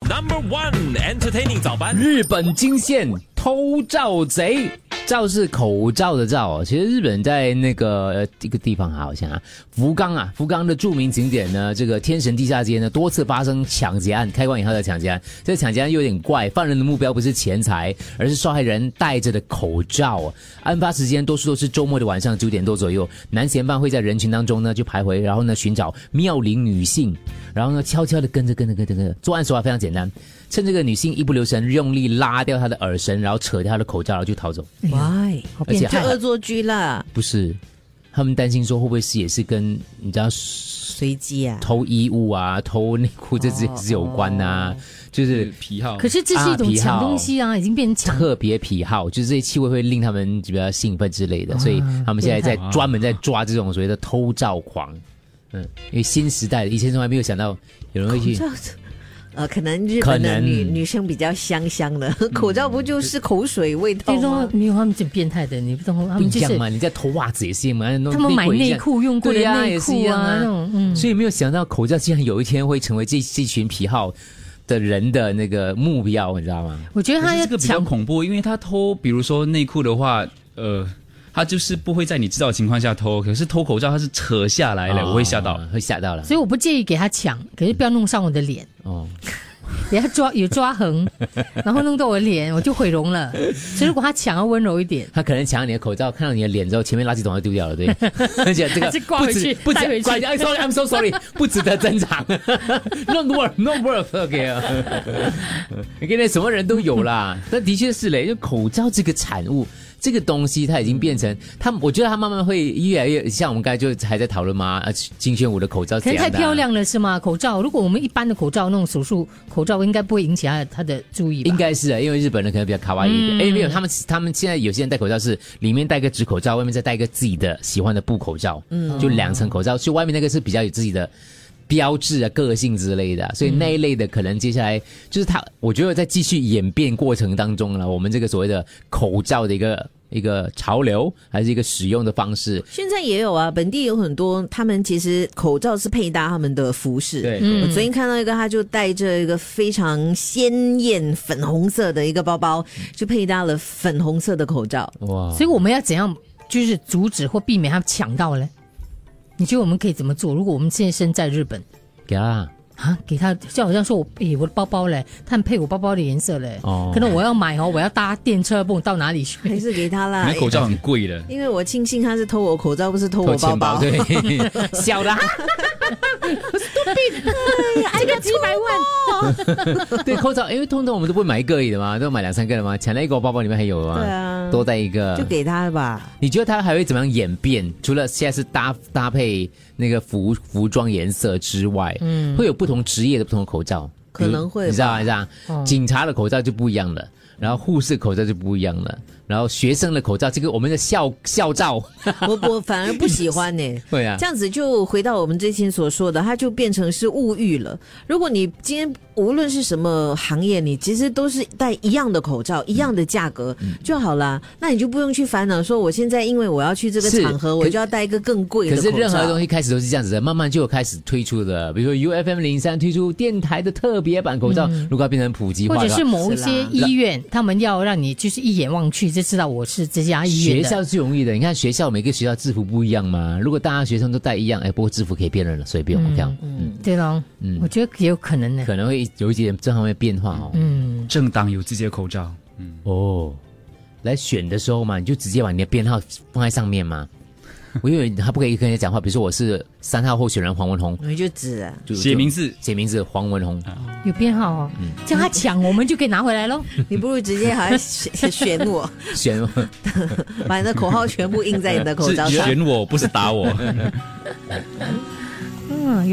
Number One Entertaining 早班。日本惊现偷罩贼，罩是口罩的罩哦。其实日本在那个呃一个地方啊，好像啊，福冈啊，福冈的著名景点呢，这个天神地下街呢，多次发生抢劫案，开关以后的抢劫案。这抢劫案有点怪，犯人的目标不是钱财，而是受害人戴着的口罩啊。案发时间多数都是周末的晚上九点多左右，男嫌犯会在人群当中呢就徘徊，然后呢寻找妙龄女性，然后呢悄悄的跟着跟着跟着跟着，作案手法非常简单。趁这个女性一不留神，用力拉掉她的耳绳，然后扯掉她的口罩，然后就逃走。 Why？好哎而且变还态，就恶作剧啦，不是，他们担心说会不会是也是跟你知道随机啊。偷衣物啊、偷内裤这些是有关啊，就是癖好可是这是一种抢东西啊，已经变成抢。特别癖好，就是这些气味会令他们比较兴奋之类的，所以他们现在在变专门在抓这种所谓的偷照狂。嗯，因为新时代的，以前从来没有想到有人会去口罩 呃，可能日可本的能女女生比较香香的， 口罩不就是口水味道嗯对咯吗，？没有他们这种变态的，你不懂，他不们一嗯就样是嘛，你在偷袜子也是嘛，他他们买内裤用过的对啊，内也是一裤样啊，啊那种嗯，所以没有想到口罩竟然有一天会成为这这群癖好的人的那个目标，你知道吗？我觉得可他是要这个比较抢恐怖，因为他偷，比如说内裤的话，呃，他就是不会在你知道的情况下偷，可是偷口罩他是扯下来了，哎我会吓到。啊，会吓到了。所以我不介意给他抢，可是不要弄伤我的脸，哦，给他抓有抓痕，然后弄到我脸，我就毁容了。所以如果他抢，要温柔一点。他可能抢了你的口罩，看到你的脸之后，前面垃圾桶就丢掉 了，对。而且这个还是挂回去不值带回去不值，I'm sorry, I'm so sorry，不值得珍藏 ，not worth, not worth。OK 啊，现在什么人都有啦，但的确是嘞，就口罩这个产物。这个东西它已经变成，他我觉得它慢慢会越来越像我们刚才就还在讨论嘛，呃，金宣武的口罩怎可能样的啊太漂亮了是吗？口罩，如果我们一般的口罩，那种手术口罩，应该不会引起他他的注意吧？应该是啊，因为日本人可能比较卡哇伊一点。哎、没有，他们他们现在有些人戴口罩是里面戴个纸口罩，外面再戴一个自己的喜欢的布口罩，嗯，就两层口罩，就外面那个是比较有自己的。标志啊、个性之类的啊，所以那一类的可能接下来就是它，我觉得在继续演变过程当中呢，我们这个所谓的口罩的一个一个潮流，还是一个使用的方式，现在也有啊，本地有很多，他们其实口罩是配搭他们的服饰。对嗯我昨天看到一个，他就带着一个非常鲜艳粉红色的一个包包，就配搭了粉红色的口罩。哇，所以我们要怎样就是阻止或避免他抢到呢？你觉得我们可以怎么做？如果我们现在身在日本给啊，啊，给他就好像说我诶、我的包包嘞，他们配我包包的颜色嘞，哦可能我要买哦，我要搭电车，不懂到哪里去。 还是给他啦哎那，口罩很贵的，因为我庆幸他是偷我口罩，不是偷偷哎我包钱包包。 对，小的啊、这个几百万，对口罩，因为通常我们都不会买一个而已的嘛，都买两三个的嘛，抢了一个我包包里面还有吗？对啊多带一个就。给他吧。你觉得它还会怎么样演变？除了现在是搭搭配那个服服装颜色之外，嗯，会有不同职业的不同的口罩，可能会吧你知道吗？你知道吗警察的口罩就不一样了，然后护士口罩就不一样了，然后学生的口罩，这个我们的校校罩， 我我反而不喜欢呢、对啊这样子就回到我们之前所说的，它就变成是物欲了。如果你今天无论是什么行业，你其实都是戴一样的口罩、一样的价格嗯就好啦，那你就不用去烦恼说我现在因为我要去这个是场可合，我就要戴一个更贵的可口是罩。任何东西西开始都是这样子的，慢慢就有开始推出的，比如说 U F M 零三推出电台的特别版口罩，如果要变成普及化或的话，者是某一是些啦医院，他们要让你就是一眼望去就知道我是这家医院学的。嗯校最容易的，你看学校每个学校制服不一样嘛。如果大家学生都带一样，哎，不过制服可以辨认了，所以不用这样。嗯，对咯，我觉得也有可能呢。可能会有一点这方面变化哦。嗯，正当有自己的口罩，哦，来选的时候嘛，你就直接把你的编号放在上面嘛。我以为他不可以跟人家讲话，比如说我是三号候选人黄文宏，你就指啊，就写名字就写名字黄文宏。有编号哦，嗯这样他抢我们就可以拿回来咯。你不如直接好像选 选我， 选 把你的口号全部印在你的口是罩上。选我，不是打我。嗯，有